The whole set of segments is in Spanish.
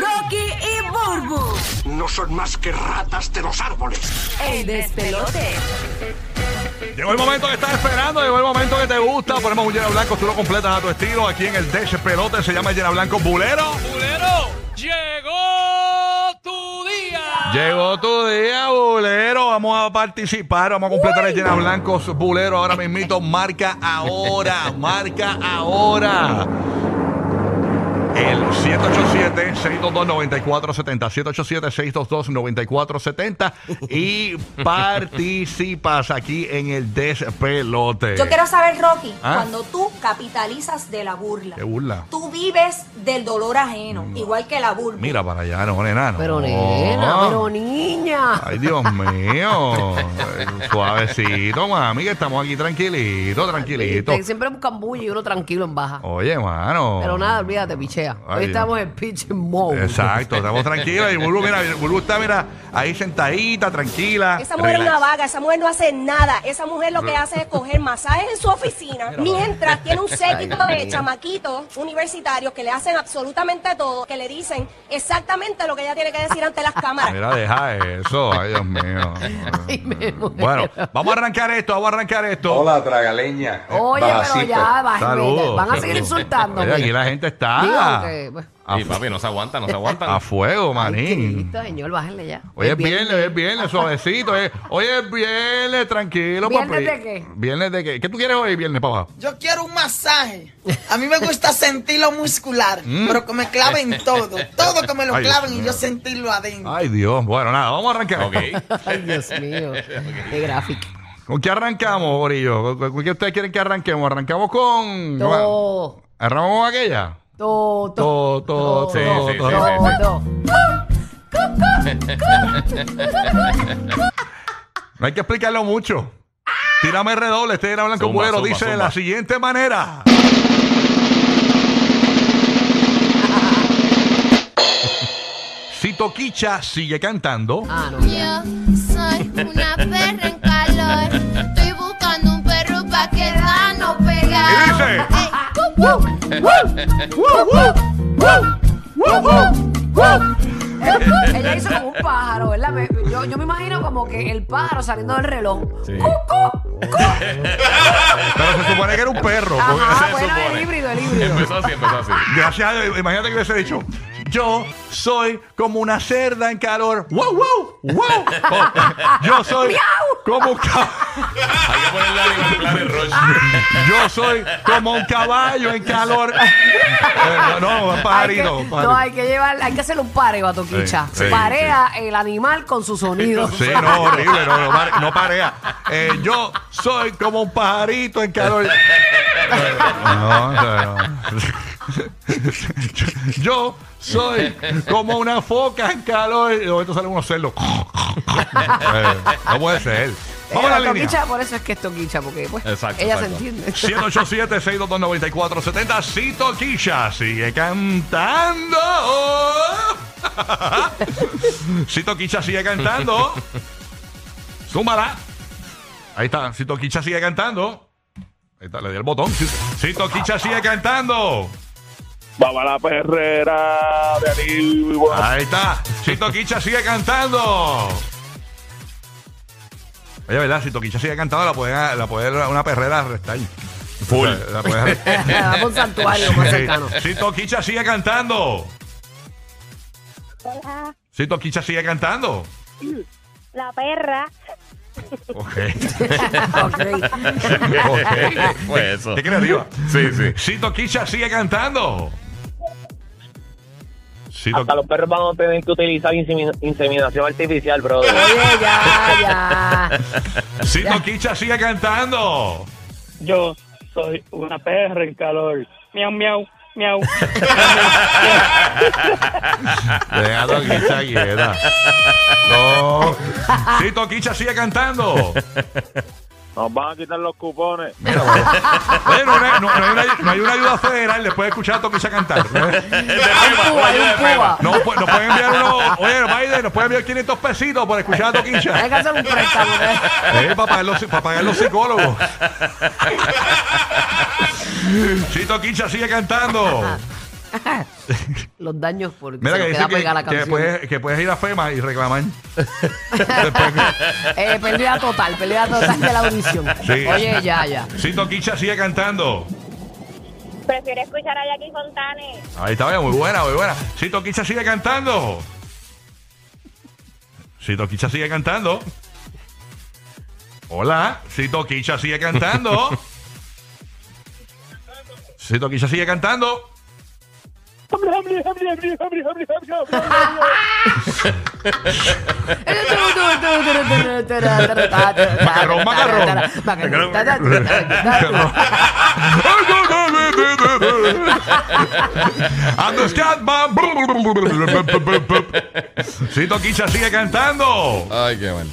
Rocky y Burbu, No son más que ratas de los árboles. el despelote. Llegó el momento que estás esperando, llegó el momento que te gusta. Ponemos un llena blanco, tú lo completas a tu estilo. Aquí en el Deche Pelote se llama el llena blanco bulero. Culero, llegó tu día. Llegó tu día, bulero. Vamos a participar, vamos a completar el llena blanco bulero ahora mismito. Marca ahora, marca ahora. El 787-622-9470. 787-622-9470. Y participas aquí en el despelote. Yo quiero saber, Rocky, Ah. cuando tú capitalizas de la burla, Qué burla. tú vives del dolor ajeno, igual que la burla. Mira para allá, no, nena, no. Pero nena, pero niña. Ay, Dios mío. Suavecito, mami, que estamos aquí tranquilito, tranquilito. Te- Siempre un cambullo y uno tranquilo en baja. Oye, mano. Pero nada, olvídate, pichea. Oh. Ay, Hoy Dios. estamos en pitch mode. Exacto, estamos tranquilos. Y Burbu, mira, Burbu está, mira, ahí sentadita, tranquila. Esa mujer es Relax. una vaga, esa mujer no hace nada. Esa mujer lo que hace es coger masajes en su oficina, mientras tiene un séquito de chamaquitos universitarios que le hacen absolutamente todo, que le dicen exactamente lo que ella tiene que decir ante las cámaras. Mira, deja eso. Ay, Dios mío. Ay, me muero. Bueno, vamos a arrancar esto, vamos a arrancar esto. Hola, tragaleña. Oye, pero ya, bájame. Saludos. Ah, Van a seguir insultándome. pues, Oye, aquí la gente está Digo que, pues, a, Y papi, no se aguanta, no se aguanta. a fuego, manín. Cristo, señor, bájenle ya. Hoy es viernes, hoy es viernes, suavecito. eh. Hoy es viernes, tranquilo, ¿Viernes papi. de qué? ¿Viernes de qué? ¿Qué tú quieres hoy, viernes, papá? Yo quiero un masaje. A mí me gusta sentirlo muscular, pero que me claven todo. Todo que me lo Mm. Ay, Dios claven y mío. yo sentirlo adentro. Ay, Dios. Bueno, nada, vamos a arrancar. Ok. Ay, Dios mío. Qué gráfico. ¿Con qué arrancamos, Borillo? ¿Con, con- con qué ustedes quieren que arranquemos? ¿Arrancamos con. To, ¿Arrancamos con aquella? to, To, to, Sí, to, sí, to. sí, sí. to. No hay que explicarlo mucho. Tírame redoble, este era blanco Zumba, cuero. zumba, Dice de zumba. la siguiente manera. si Toquicha sigue cantando. Ah, no. ya. Yo soy una perra en calor. Estoy buscando un perro pa' quedarnos Y pegados. dice- Ey, Ella hizo como un pájaro, ¿verdad? Me- yo, yo me imagino como que el pájaro saliendo del reloj. Sí. ¡Cucú! Pero se supone que era un perro. porque- Ajá, Se Ah, bueno, supone. el híbrido, el híbrido. Empezó así, empezó así. Gracias a Dios, imagínate que hubiese dicho, yo soy como una cerda en calor. ¡Wow, wow, wow! Oh, yo soy como un ca- Hay que ponerle algo al plan de Roche. Yo soy como un caballo en calor. Eh, no, no, Hay que- pajarito. no, pajarito. hay que llevar, hay que hacerle un pareo a Toquicha. Sí, sí, Parea el animal con su sonido. Sí, no, horrible, no, no, pare- no parea. Eh, yo soy como un pajarito en calor. No, no, no. Yo- Yo soy como una foca en calor. Y de momento salen unos cerdos. Eh, No puede ser. Vamos a la Pero línea. Toquicha, Eh, por eso es que es Toquicha, porque pues Exacto, ella exacto. se entiende. 787-622-9470 Cito Quilla sigue cantando Cito Quilla sigue cantando Súmala Ahí está, Cito Quilla sigue cantando Ahí está, le di el botón Cito Quilla sigue cantando Vamos a la perrera de Anil. Ahí está, Cito Quilla sigue cantando Oye, ¿verdad? Cito Quilla sigue cantando La pueden, la pueden una perrera restar Full La pueden arrestar. Vamos a un santuario más cercano. Si Toquicha sigue cantando. Si Toquicha sigue cantando. La perra. Ok. Ok. ok. Fue eso. ¿Te crees arriba? Sí, sí. Si Toquicha sigue cantando. Si Hasta los perros van a tener que utilizar insemi- inseminación artificial, brother. Oye, ya, ya. Toquicha sigue cantando. Yo soy una perra en calor. Miau, miau. Miau. Deja a Toquicha quieta. No. Sí, Toquicha sigue cantando. Nos van a quitar los cupones. Mira, bueno. Oye, no, no- no hay una, no hay una ayuda federal después de escuchar a Toquicha cantar. ¿no? No, pu- nos pueden enviar uno. Oye, Biden, nos pueden enviar 500 pesitos por escuchar a Toquicha. Hay que hacer un préstamo. ¿eh? Eh, para, pagar los, para pagar los psicólogos. Sí, Toquicha sigue cantando. Los daños por Mira se que nos dice queda que, pegada la que canción. puedes, que puedes ir a FEMA y reclamar. Después que- Eh, pérdida total, pérdida total de la audición. Sí. Oye, ya, ya. Sí, Toquicha sigue cantando. Prefiero escuchar a Jackie Fontane. Ahí está, bien, muy buena, muy buena. Sí, Toquicha sigue cantando. Sí, Toquicha sigue cantando. Hola, sí, Toquicha sigue cantando. Sí, Toquicha sigue cantando. Macarrón, macarrón. Understand, man. Sí, Toquicha sigue cantando. Ay, qué bueno.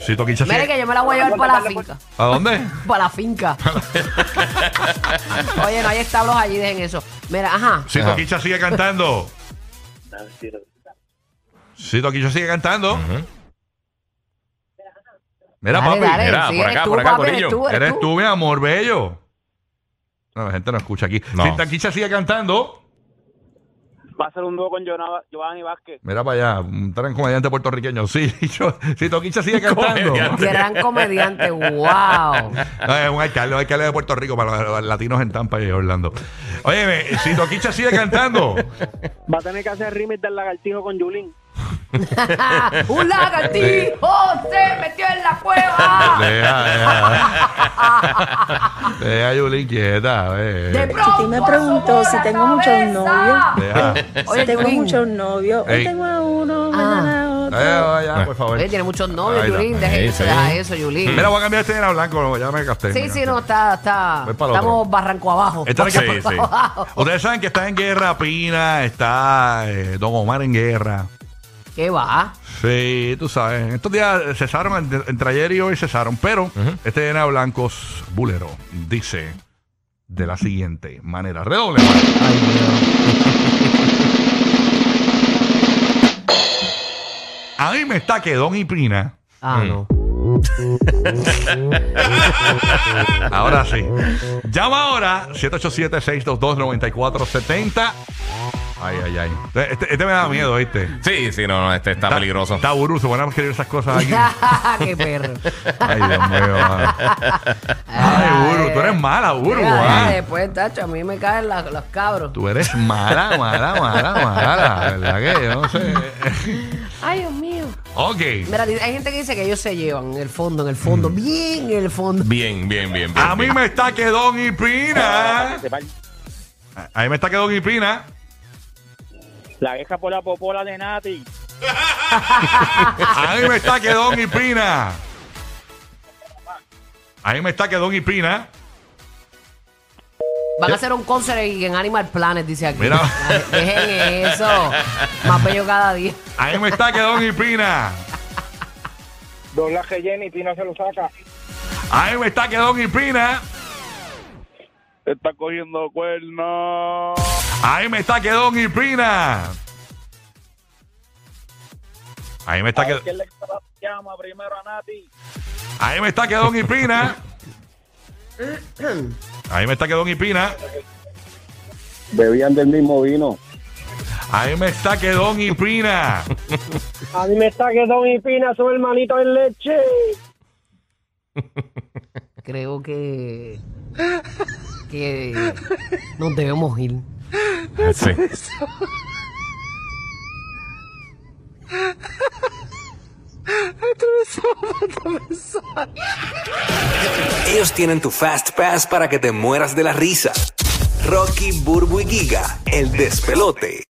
Sí, Toquicha Mire sigue. que yo me la voy a llevar para la finca. ¿A dónde? Para la finca. Oye, no hay establos allí, dejen eso. Mira, ajá. Sí, Toquicha sigue cantando. Sí, Toquicha sigue cantando. Mira, Dale, papi. dale, mira, sí, por eres acá, tú, por acá, papi, corillo. eres tú, eres tú. mi amor, bello. No, la gente no escucha aquí. Sí, Toquicha sigue cantando. Va a ser un dúo con Jonava- Giovanni Vázquez. Mira para allá, un gran comediante puertorriqueño. Sí, yo- sí, Toquicha sigue cantando. Gran comediante, wow. No, es un alcalde, un alcalde de Puerto Rico para los, los latinos en Tampa y Orlando. Oye, si Toquicha sigue cantando. Va a tener que hacer remix del lagartijo con Yulín. Un lagartijo se metió en la cueva. Deja, deja. Deja, Yulín, quieta. De eh. pronto. me preguntó si tengo muchos novios. Deja. Oye, tengo Twin. muchos novios. Hoy Ey. tengo a uno, mañana a Ah. otro. Eh, ya, por favor. Oye, tiene muchos novios, Ahí está. Yulín. Deja Sí, eso, sí. deja eso, Yulín. Mira, voy a cambiar este era blanco, ya me gasté. Sí, me sí, gasté. no, está, está. Voy para el otro. Este Estamos barranco abajo. Está en Barranco guerra- sí, sí. abajo. Ustedes saben que está en guerra Pina, está eh, Don Omar en guerra. ¿Qué va? Sí, tú sabes. En Estos días cesaron, entre- entre ayer y hoy cesaron, pero este Nena Blancos Bulero dice de la siguiente manera. Redoble. mano. A mí me está que Don y Pina. Ah, no. ahora sí. Llama ahora 787-622-9470. Ay, ay, ay. Este, este me da miedo, ¿viste? Sí, sí, no, no, este está, peligroso. Está burú, se van a escribir esas cosas aquí. Qué perro. Ay, Dios mío. mano. Ay, Buru, tú eres mala, Buru. Mira, ah. eh, Después, tacho, a mí me caen la- los cabros. Tú eres mala, mala, mala, mala. La verdad que yo no sé. Ay, Dios mío. Ok. Mira, di- hay gente que dice que ellos se llevan en el fondo, en el fondo, bien en el fondo. Bien, bien, bien, bien. A mí me está que Don y Pina. A mí me está que Don y Pina. La vieja por la popola de Nati. A mí me está que Don y Pina. A mí me está que Don y Pina. Van a hacer un concert en en Animal Planet, dice aquí. Mira. Dejen eso. Más bello cada día. A mí me está que Don y Pina. Doblaje Jenny, Tina se lo saca. A mí me está que Don y Pina. Se está cogiendo cuerno. Ahí me está que Don y Pina. Ahí me está que le llama primero a Nati? ahí me está que Don y Pina. Ahí me está que Don y Pina. Bebían del mismo vino. Ahí me está que Don y Pina. A mí me está que Don y Pina son hermanitos en leche. Creo que. que. nos debemos ir. Sí. Ellos tienen tu Fast Pass para que te mueras de la risa. Rocky, Burbu y Giga, el despelote.